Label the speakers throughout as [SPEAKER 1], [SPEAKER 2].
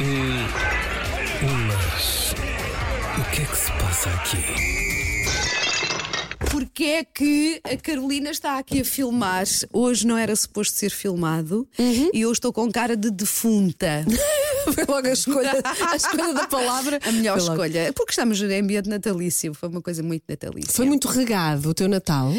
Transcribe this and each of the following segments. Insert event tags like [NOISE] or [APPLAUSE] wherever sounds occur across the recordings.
[SPEAKER 1] Hum, mas o que é que se passa aqui?
[SPEAKER 2] Porque é que a Carolina está aqui a filmar? Hoje não era suposto ser filmado e eu estou com cara de defunta.
[SPEAKER 3] Uhum. [LAUGHS] Foi logo a escolha, a escolha da palavra.
[SPEAKER 2] A melhor
[SPEAKER 3] Foi logo.
[SPEAKER 2] escolha. É Porque estamos em ambiente natalício, foi uma coisa muito natalícia.
[SPEAKER 3] Foi muito regado o teu Natal.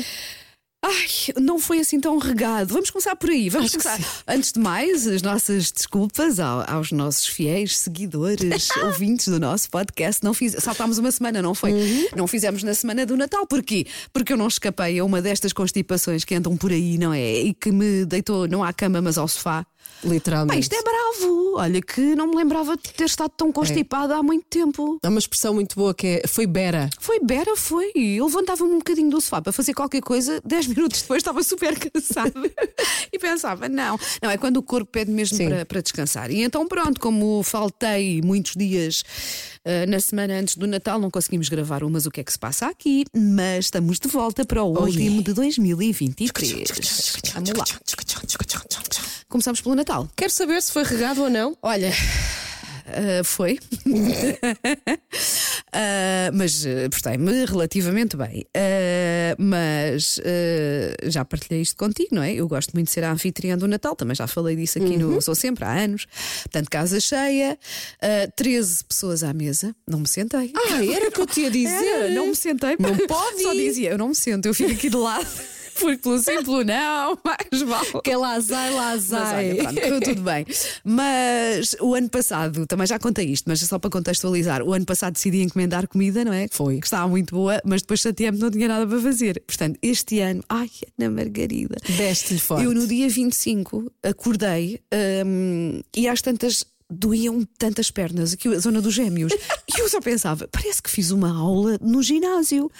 [SPEAKER 2] Ai, não foi assim tão regado. Vamos começar por aí. Vamos
[SPEAKER 3] Acho que
[SPEAKER 2] começar. Antes de mais, as nossas desculpas ao- aos nossos fiéis
[SPEAKER 3] [LAUGHS]
[SPEAKER 2] seguidores, ouvintes do nosso podcast. Não fiz, saltámos uma semana, não foi?
[SPEAKER 3] Uhum.
[SPEAKER 2] Não fizemos na semana do Natal. Porquê? Porque eu não escapei a uma destas constipações que andam por aí, não é? E que me deitou não à cama, mas ao sofá. Pá,
[SPEAKER 3] Literalmente.
[SPEAKER 2] isto é bravo. Olha, que não me lembrava de ter estado
[SPEAKER 3] É.
[SPEAKER 2] tão constipada há muito tempo.
[SPEAKER 3] Há é uma expressão muito boa que é foi Bera.
[SPEAKER 2] Foi Bera, foi. Eu levantava-me um bocadinho do sofá para fazer qualquer coisa, 10 [LAUGHS] minutos depois estava super cansada [LAUGHS] e pensava: não, não, é quando o corpo pede mesmo
[SPEAKER 3] Sim.
[SPEAKER 2] para, para descansar. E então, pronto, como faltei muitos dias ah, na semana antes do Natal, não conseguimos gravar o Mas o que é que se passa aqui? Mas estamos de volta para o último de 2023. Vamos lá. Começamos pelo Natal.
[SPEAKER 3] Quero saber se foi regado ou não.
[SPEAKER 2] Olha, ah,
[SPEAKER 3] [LAUGHS]
[SPEAKER 2] foi. Ah, mas ah, portei-me relativamente bem. Ah, mas ah, já partilhei isto contigo, não é? Eu gosto muito de ser a anfitriã do Natal, também já falei disso aqui
[SPEAKER 3] Uhum.
[SPEAKER 2] no Sou Sempre há anos. Portanto, casa cheia, ah, 13 pessoas à mesa, não me sentei.
[SPEAKER 3] Ah, era o que eu te ia dizer.
[SPEAKER 2] Era, não me sentei.
[SPEAKER 3] Não
[SPEAKER 2] [LAUGHS]
[SPEAKER 3] pode
[SPEAKER 2] Só
[SPEAKER 3] ir.
[SPEAKER 2] dizia, eu não me sento, eu fico aqui de lado. [LAUGHS] Porque pelo sim, pelo não, mais vale.
[SPEAKER 3] Que é lazai,
[SPEAKER 2] Mas olha,
[SPEAKER 3] lazai. [LAUGHS]
[SPEAKER 2] pronto, correu [LAUGHS] tudo bem. Mas o ano passado, também já contei isto, mas só para contextualizar, o ano passado decidi encomendar comida, não é?
[SPEAKER 3] Foi.
[SPEAKER 2] Que estava muito boa, mas depois chateei-me, não tinha nada para fazer. Portanto, este ano, ai, Ana Margarida.
[SPEAKER 3] Deste-lhe forte.
[SPEAKER 2] Eu no dia 25 acordei hum, e às tantas. Doíam tantas pernas, aqui a zona dos
[SPEAKER 3] [LAUGHS]
[SPEAKER 2] gêmeos. E eu só pensava, parece que fiz uma aula no ginásio.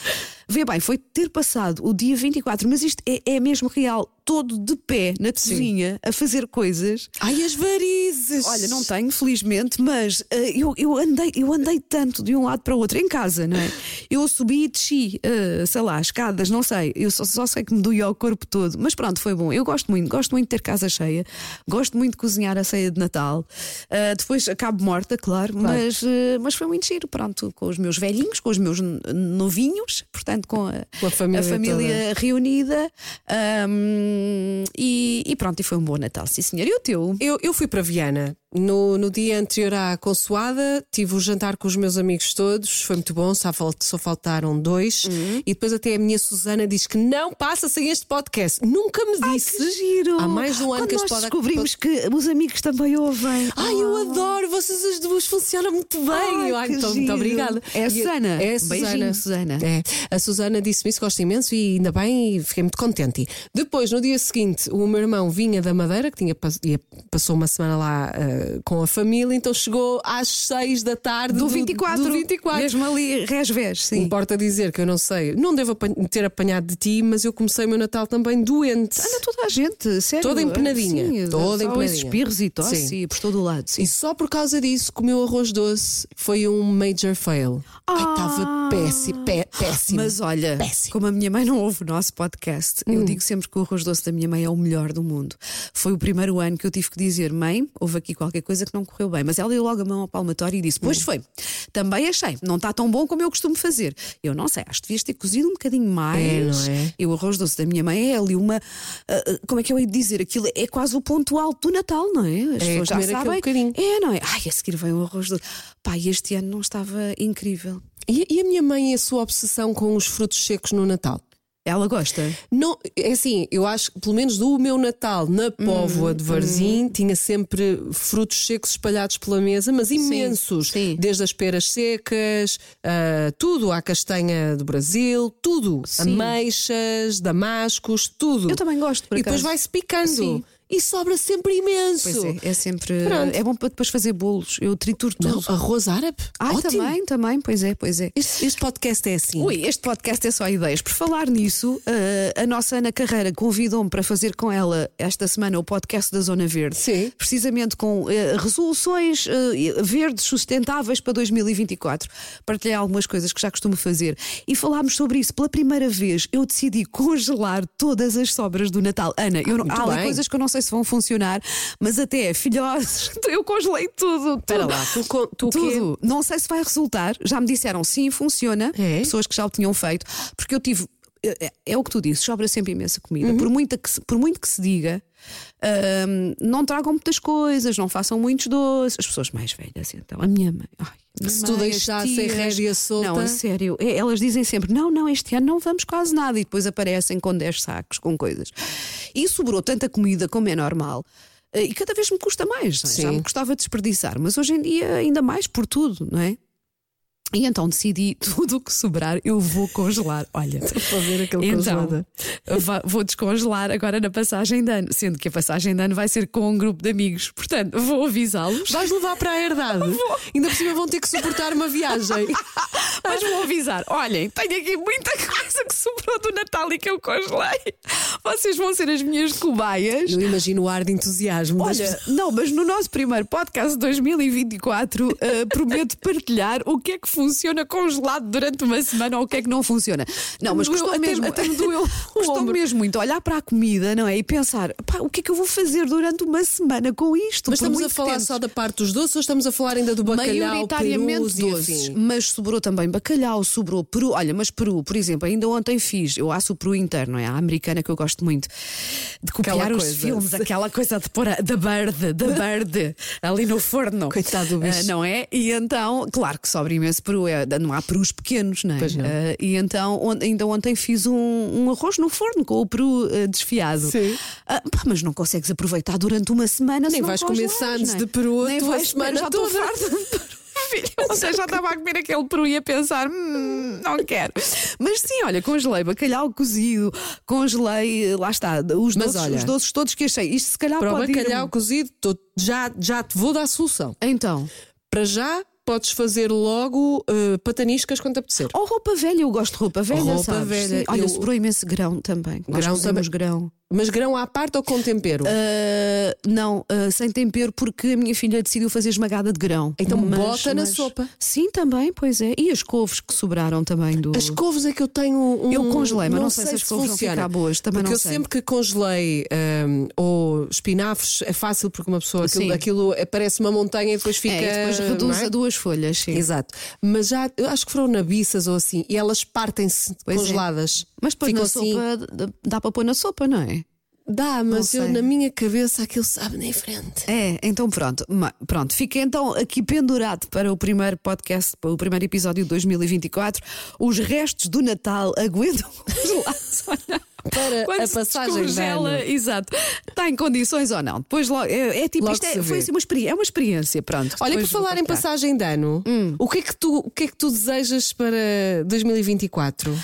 [SPEAKER 2] Vê bem, foi ter passado o dia 24, mas isto é, é mesmo real, todo de pé na cozinha, a fazer coisas.
[SPEAKER 3] Ai, as varizes.
[SPEAKER 2] Olha, não tenho, felizmente, mas eh, eu, eu andei, eu andei tanto de um lado para o outro, em casa, não é? Eu subi e desci, eh, sei lá, escadas, não sei, eu só, só sei que me doía o corpo todo, mas pronto, foi bom. Eu gosto muito, gosto muito de ter casa cheia, gosto muito de cozinhar a ceia de Natal, Eh, depois acabo morta, claro, Mas, eh, mas foi muito giro, pronto, com os meus velhinhos, com os meus n- novinhos, portanto, com a,
[SPEAKER 3] Com a família
[SPEAKER 2] família reunida, ahm, e, e pronto, e foi um bom Natal, sim senhor. E o teu?
[SPEAKER 3] Eu, eu fui para Viana. No, no dia anterior à consoada, tive o jantar com os meus amigos todos, foi muito bom, só, fal- só faltaram dois.
[SPEAKER 2] Uhum.
[SPEAKER 3] E depois até a minha Susana diz que não passa sem este podcast. Nunca me disse.
[SPEAKER 2] Que giro!
[SPEAKER 3] Há mais de um ano
[SPEAKER 2] Quando
[SPEAKER 3] que este
[SPEAKER 2] nós
[SPEAKER 3] pode-
[SPEAKER 2] descobrimos que os amigos também ouvem.
[SPEAKER 3] Ai, eu adoro, vocês as duas funcionam muito bem.
[SPEAKER 2] Ai, que
[SPEAKER 3] então,
[SPEAKER 2] giro.
[SPEAKER 3] muito obrigada.
[SPEAKER 2] É a
[SPEAKER 3] E
[SPEAKER 2] Susana.
[SPEAKER 3] É a
[SPEAKER 2] Beijinho,
[SPEAKER 3] Susana.
[SPEAKER 2] Susana.
[SPEAKER 3] É. A Susana disse-me isso, gosto imenso e ainda bem, e fiquei muito contente. Depois, no dia seguinte, o meu irmão vinha da Madeira, que tinha, pas- ia- passou uma semana lá ah, com a família, então chegou às seis da tarde
[SPEAKER 2] Do 24.
[SPEAKER 3] Do 24.
[SPEAKER 2] Mesmo ali, resvés, sim.
[SPEAKER 3] Importa dizer que eu não sei, não devo apan- ter apanhado de ti, mas eu comecei o meu Natal também doente.
[SPEAKER 2] Anda toda a gente, sério.
[SPEAKER 3] Toda empenadinha,
[SPEAKER 2] Sim,
[SPEAKER 3] toda
[SPEAKER 2] só
[SPEAKER 3] empenadinha.
[SPEAKER 2] esses espirros e tosse
[SPEAKER 3] Sim.
[SPEAKER 2] e por todo o lado. Sim.
[SPEAKER 3] E só por causa disso que o meu arroz doce foi um major fail. Ai,
[SPEAKER 2] Ah.
[SPEAKER 3] estava péssimo, pé- péssimo.
[SPEAKER 2] Mas olha,
[SPEAKER 3] Péssimo. Hum.
[SPEAKER 2] como a minha mãe não ouve o nosso podcast, eu digo sempre que o arroz doce da minha mãe é o melhor do mundo. Foi o primeiro ano que eu tive que dizer, mãe, houve aqui qualquer coisa que não correu bem. Mas ela deu logo a mão ao palmatório e disse:
[SPEAKER 3] Hum.
[SPEAKER 2] Pois foi, também achei, não está tão bom como eu costumo fazer. Eu não sei, acho que devias ter cozido um bocadinho mais.
[SPEAKER 3] É, não é?
[SPEAKER 2] E o arroz doce da minha mãe é ali uma. ah, ah, como é que eu hei de dizer? Aquilo é quase o ponto alto do Natal, não é? As
[SPEAKER 3] É,
[SPEAKER 2] pessoas já
[SPEAKER 3] comer aquele
[SPEAKER 2] sabem.
[SPEAKER 3] bocadinho.
[SPEAKER 2] É, não é? Ai, a seguir vem o arroz doce. Pá, e este ano não estava incrível.
[SPEAKER 3] E, e a minha mãe e a sua obsessão com os frutos secos no Natal?
[SPEAKER 2] Ela gosta?
[SPEAKER 3] Não, é assim, eu acho que pelo menos do meu Natal na
[SPEAKER 2] Hum,
[SPEAKER 3] Póvoa de Varzim tinha sempre frutos secos espalhados pela mesa, mas imensos.
[SPEAKER 2] sim.
[SPEAKER 3] Desde as peras secas, ah, tudo, à castanha do Brasil, tudo. Ameixas, damascos, tudo.
[SPEAKER 2] Eu também gosto, por
[SPEAKER 3] E depois
[SPEAKER 2] acaso.
[SPEAKER 3] vai-se picando.
[SPEAKER 2] Sim.
[SPEAKER 3] E sobra sempre imenso.
[SPEAKER 2] Pois é, é sempre.
[SPEAKER 3] Pronto.
[SPEAKER 2] É bom para depois fazer bolos. Eu trituro
[SPEAKER 3] Não,
[SPEAKER 2] tudo.
[SPEAKER 3] arroz árabe?
[SPEAKER 2] Ai,
[SPEAKER 3] Ótimo.
[SPEAKER 2] também, também, pois é, pois é.
[SPEAKER 3] Este, este podcast é assim.
[SPEAKER 2] Ui, este podcast é só ideias. Por falar nisso, eh, a nossa Ana Carreira convidou-me para fazer com ela esta semana o podcast da Zona Verde.
[SPEAKER 3] Sim.
[SPEAKER 2] Precisamente com eh, resoluções eh, verdes sustentáveis para 2024. Partilhei algumas coisas que já costumo fazer. E falámos sobre isso. Pela primeira vez, eu decidi congelar todas as sobras do Natal. Ana, eu não,
[SPEAKER 3] Muito
[SPEAKER 2] há ali
[SPEAKER 3] bem.
[SPEAKER 2] coisas que eu não sei sei se vão funcionar, mas até é filhotes, [LAUGHS] eu congelei tudo.
[SPEAKER 3] Espera
[SPEAKER 2] tudo.
[SPEAKER 3] lá, tu, con- tu o quê?
[SPEAKER 2] Tudo. Não sei se vai resultar. Já me disseram sim, funciona.
[SPEAKER 3] É?
[SPEAKER 2] Pessoas que já o tinham feito. Porque eu tive. é- é- É o que tu dizes, sobra sempre imensa comida. Por, muita que se- por muito que se diga, hum, não tragam muitas coisas, não façam muitos doces. As pessoas mais velhas, então, a minha mãe. ai, a minha
[SPEAKER 3] Se tu
[SPEAKER 2] mãe, as
[SPEAKER 3] deixasse a
[SPEAKER 2] tias.
[SPEAKER 3] rédea solta.
[SPEAKER 2] Não, a sério. É, Elas dizem sempre: não, não, este ano não vamos quase nada. E depois aparecem com 10 sacos, com coisas. E sobrou tanta comida como é normal. Eh, E cada vez me custa mais. não é? Já
[SPEAKER 3] Sim.
[SPEAKER 2] me custava desperdiçar. Mas hoje em dia, ainda mais por tudo, não é? E então decidi: [LAUGHS] tudo o que sobrar, eu vou congelar.
[SPEAKER 3] [LAUGHS]
[SPEAKER 2] Olha.
[SPEAKER 3] Para ver aquele
[SPEAKER 2] Então,
[SPEAKER 3] congelador.
[SPEAKER 2] va- vou descongelar agora na passagem de ano, sendo que a passagem de ano vai ser com um grupo de amigos. Portanto, vou avisá-los.
[SPEAKER 3] Vais levar para a herdade. Ainda por cima vão ter que suportar
[SPEAKER 2] [LAUGHS]
[SPEAKER 3] uma viagem.
[SPEAKER 2] Ah, Mas vou avisar: olhem, tenho aqui muita [LAUGHS] coisa que sobrou do Natal e que eu congelei. Vocês vão ser as minhas cobaias.
[SPEAKER 3] Eu imagino o ar de entusiasmo. das
[SPEAKER 2] Olha, não, mas no nosso primeiro podcast de 2024
[SPEAKER 3] [LAUGHS]
[SPEAKER 2] eh, prometo partilhar o que é que funciona congelado durante uma semana ou o que é que não funciona. Não, mas
[SPEAKER 3] Doeu,
[SPEAKER 2] custou
[SPEAKER 3] até-
[SPEAKER 2] mesmo.
[SPEAKER 3] até
[SPEAKER 2] [LAUGHS]
[SPEAKER 3] me doeu o
[SPEAKER 2] Custou
[SPEAKER 3] ombro.
[SPEAKER 2] mesmo muito olhar para a comida, não é? E pensar, pá, o que é que eu vou fazer durante uma semana com isto?
[SPEAKER 3] Mas
[SPEAKER 2] Por
[SPEAKER 3] estamos a
[SPEAKER 2] muito que
[SPEAKER 3] falar
[SPEAKER 2] tentes.
[SPEAKER 3] só da parte dos doces ou estamos a falar ainda do bacalhau,
[SPEAKER 2] Maioritariamente
[SPEAKER 3] perus e
[SPEAKER 2] doces,
[SPEAKER 3] afim?
[SPEAKER 2] mas sobrou também bacalhau, sobrou peru. Olha, mas peru, por exemplo, ainda ontem fiz, eu acho o peru inteiro, não é? A americana que eu gosto muito de copiar
[SPEAKER 3] Aquela
[SPEAKER 2] os
[SPEAKER 3] coisa.
[SPEAKER 2] filmes, aquela coisa de pôr a- da bird,
[SPEAKER 3] [LAUGHS]
[SPEAKER 2] da bird ali no forno.
[SPEAKER 3] Coitado do bicho.
[SPEAKER 2] Ah, não é? E então, claro que sobra imenso peru, é, não há perus pequenos, não é?
[SPEAKER 3] Pois não.
[SPEAKER 2] Ah, e então, on- ainda ontem fiz um, um arroz no forno com o peru ah, desfiado.
[SPEAKER 3] Sim.
[SPEAKER 2] Ah, pá, mas não consegues aproveitar durante uma semana
[SPEAKER 3] Nem
[SPEAKER 2] se não
[SPEAKER 3] vais comer
[SPEAKER 2] congelares,
[SPEAKER 3] sandes
[SPEAKER 2] não é?
[SPEAKER 3] de peru a
[SPEAKER 2] Nem
[SPEAKER 3] tua
[SPEAKER 2] vais comer,
[SPEAKER 3] semana
[SPEAKER 2] já estou
[SPEAKER 3] toda.
[SPEAKER 2] farta de peru. Filho, Ontem já estava a comer aquele peru e a pensar, "Hum, não quero. Mas sim, olha, congelei bacalhau cozido, congelei, eh, lá está, os,
[SPEAKER 3] Mas
[SPEAKER 2] doces,
[SPEAKER 3] olha,
[SPEAKER 2] os doces todos que achei. Isto se calhar
[SPEAKER 3] Para o
[SPEAKER 2] pode ir- um
[SPEAKER 3] bacalhau cozido, tô- já, já te vou dar a solução.
[SPEAKER 2] Então,
[SPEAKER 3] Para já, podes fazer logo eh, pataniscas quando te apetecer.
[SPEAKER 2] ou roupa velha, eu gosto de roupa velha,
[SPEAKER 3] Roupa
[SPEAKER 2] sabes?
[SPEAKER 3] velha,
[SPEAKER 2] Sim. Olha,
[SPEAKER 3] eu-
[SPEAKER 2] sobrou imenso grão também.
[SPEAKER 3] Grão
[SPEAKER 2] Grão também. grão.
[SPEAKER 3] Mas grão à parte ou com tempero?
[SPEAKER 2] Ah, não, ah, sem tempero, porque a minha filha decidiu fazer esmagada de grão.
[SPEAKER 3] Então bota na sopa.
[SPEAKER 2] Sim, também, pois é. E as couves que sobraram também do.
[SPEAKER 3] As couves é que eu tenho um.
[SPEAKER 2] Eu congelei, mas não sei se as couves vão
[SPEAKER 3] funciona.
[SPEAKER 2] ficar boas, também
[SPEAKER 3] porque
[SPEAKER 2] não
[SPEAKER 3] eu
[SPEAKER 2] sei.
[SPEAKER 3] sempre que congelei hum, ou espinafres é fácil porque uma pessoa aquilo,
[SPEAKER 2] Sim.
[SPEAKER 3] aquilo eh, parece uma montanha e depois fica.
[SPEAKER 2] É, e depois
[SPEAKER 3] não
[SPEAKER 2] reduz
[SPEAKER 3] é?
[SPEAKER 2] a duas folhas, sim.
[SPEAKER 3] Exato. Mas já, eu acho que foram nabiças ou assim, e elas partem-se
[SPEAKER 2] Pois é.
[SPEAKER 3] congeladas.
[SPEAKER 2] Mas depois
[SPEAKER 3] Ficam
[SPEAKER 2] na
[SPEAKER 3] assim.
[SPEAKER 2] sopa d- dá para pôr na sopa, não é?
[SPEAKER 3] Dá, mas
[SPEAKER 2] Não
[SPEAKER 3] eu
[SPEAKER 2] sei.
[SPEAKER 3] na minha cabeça aquilo sabe nem frente.
[SPEAKER 2] É, então pronto, Ma- pronto, fica então aqui pendurado para o primeiro podcast, para o primeiro episódio de 2024. Os restos do Natal aguentam [LAUGHS] congelados ou não?
[SPEAKER 3] Para
[SPEAKER 2] Quando
[SPEAKER 3] a
[SPEAKER 2] se
[SPEAKER 3] passagem de
[SPEAKER 2] descongela,
[SPEAKER 3] ano.
[SPEAKER 2] exato. Está em condições ou não? Depois logo, é, é tipo,
[SPEAKER 3] Logo
[SPEAKER 2] isto
[SPEAKER 3] se
[SPEAKER 2] é,
[SPEAKER 3] vê.
[SPEAKER 2] foi assim uma experiência, é uma experiência, pronto.
[SPEAKER 3] Olha, por
[SPEAKER 2] depois vou
[SPEAKER 3] falar em
[SPEAKER 2] contar.
[SPEAKER 3] passagem de ano, o, que é que tu, o que é que tu desejas para 2024?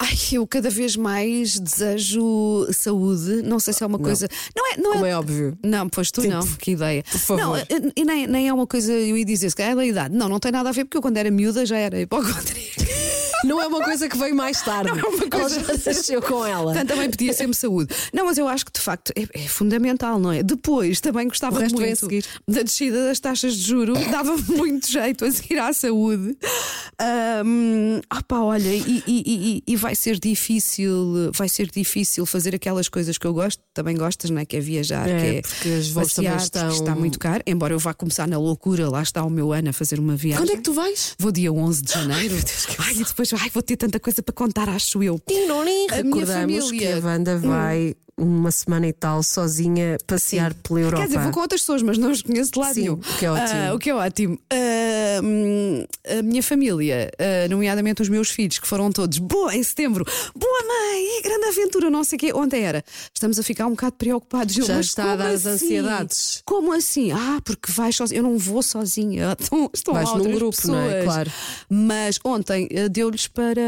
[SPEAKER 2] Ai, eu cada vez mais desejo saúde. Não sei se é uma coisa. Não é, não
[SPEAKER 3] Como
[SPEAKER 2] é.
[SPEAKER 3] é óbvio.
[SPEAKER 2] Não, pois tu
[SPEAKER 3] Sim,
[SPEAKER 2] não, que ideia. Por
[SPEAKER 3] favor.
[SPEAKER 2] Não, eh, e nem, nem é uma coisa, eu ia dizer, se calhar é da idade. Não, não tem nada a ver, porque eu quando era miúda já era hipocondríaca.
[SPEAKER 3] Não é uma coisa que veio mais tarde. Não é uma coisa que nasceu com ela.
[SPEAKER 2] Portanto, [LAUGHS] também pedia sempre saúde. Não, mas eu acho que de facto é, é fundamental, não é? Depois também
[SPEAKER 3] O
[SPEAKER 2] gostava
[SPEAKER 3] resto
[SPEAKER 2] muito
[SPEAKER 3] vem a seguir.
[SPEAKER 2] da descida das taxas de juro, [COUGHS] dava muito jeito a seguir à saúde. Ahm, Ah, pá, olha, e, e- e- e vai ser difícil, vai ser difícil fazer aquelas coisas que eu gosto, também gostas, não é? Que é viajar,
[SPEAKER 3] É,
[SPEAKER 2] que é
[SPEAKER 3] porque os voos
[SPEAKER 2] passear,
[SPEAKER 3] também estão-
[SPEAKER 2] porque está muito caro, embora eu vá começar na loucura, lá está o meu ano a fazer uma viagem.
[SPEAKER 3] Quando é que tu vais?
[SPEAKER 2] Vou dia 11 de janeiro. Ai, e depois ai, vou ter tanta coisa para contar, acho eu. A minha
[SPEAKER 3] Recordamos que
[SPEAKER 2] família-
[SPEAKER 3] a Wanda vai uma semana e tal sozinha passear pela Europa.
[SPEAKER 2] Quer dizer, vou com outras pessoas, mas não os conheço de lado
[SPEAKER 3] Sim,
[SPEAKER 2] nenhum.
[SPEAKER 3] o que é ótimo.
[SPEAKER 2] Ah, o que é ótimo. Ah, hum, a minha família, ah, nomeadamente os meus filhos, que foram todos boa em setembro, boa mãe, é grande aventura, não sei o quê. Ontem era. Estamos a ficar um bocado preocupados. Eu,
[SPEAKER 3] Já
[SPEAKER 2] mas
[SPEAKER 3] está a
[SPEAKER 2] como
[SPEAKER 3] dar as
[SPEAKER 2] assim?
[SPEAKER 3] ansiedades.
[SPEAKER 2] Como assim? Ah, porque vais sozinha. Eu não vou sozinha. [LAUGHS] Estão, estão
[SPEAKER 3] Vais
[SPEAKER 2] lá
[SPEAKER 3] num
[SPEAKER 2] outras
[SPEAKER 3] grupo, não é?
[SPEAKER 2] pessoas.
[SPEAKER 3] Claro.
[SPEAKER 2] Mas ontem ah, deu-lhes para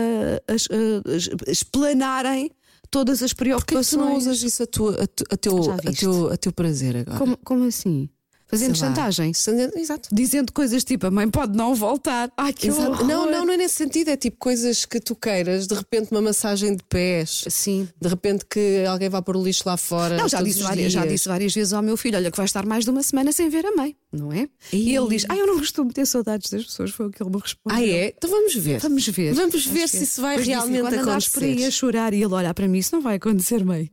[SPEAKER 2] as- ah, as- explanarem todas as
[SPEAKER 3] Porquê que
[SPEAKER 2] preocupações.
[SPEAKER 3] tu não usas isso a, tua, a, tu- a teu,
[SPEAKER 2] Já
[SPEAKER 3] a,
[SPEAKER 2] viste.
[SPEAKER 3] teu, a teu prazer agora?
[SPEAKER 2] Como, como assim? Fazendo
[SPEAKER 3] Sei lá.
[SPEAKER 2] chantagem?
[SPEAKER 3] Exato.
[SPEAKER 2] Dizendo coisas tipo a mãe pode não voltar. Ai, que
[SPEAKER 3] Exato.
[SPEAKER 2] horror.
[SPEAKER 3] Não, não, não é nesse sentido. É tipo coisas que tu queiras, de repente uma massagem de pés,
[SPEAKER 2] Sim.
[SPEAKER 3] de repente que alguém vá pôr o lixo lá fora.
[SPEAKER 2] Não, já
[SPEAKER 3] todos
[SPEAKER 2] disse,
[SPEAKER 3] os
[SPEAKER 2] várias, já
[SPEAKER 3] dias.
[SPEAKER 2] disse várias vezes ao meu filho: olha, que vai estar mais de uma semana sem ver a mãe, não é? E ele diz: ah, eu não costumo ter saudades das pessoas, foi o que ele me respondeu.
[SPEAKER 3] Ah, é? Então vamos ver.
[SPEAKER 2] Vamos ver.
[SPEAKER 3] Vamos ver se isso vai
[SPEAKER 2] Depois disse-lhe,
[SPEAKER 3] realmente
[SPEAKER 2] quando andares por aí a
[SPEAKER 3] acontecer.
[SPEAKER 2] chorar e ele olhar para mim, isso não vai acontecer, mãe.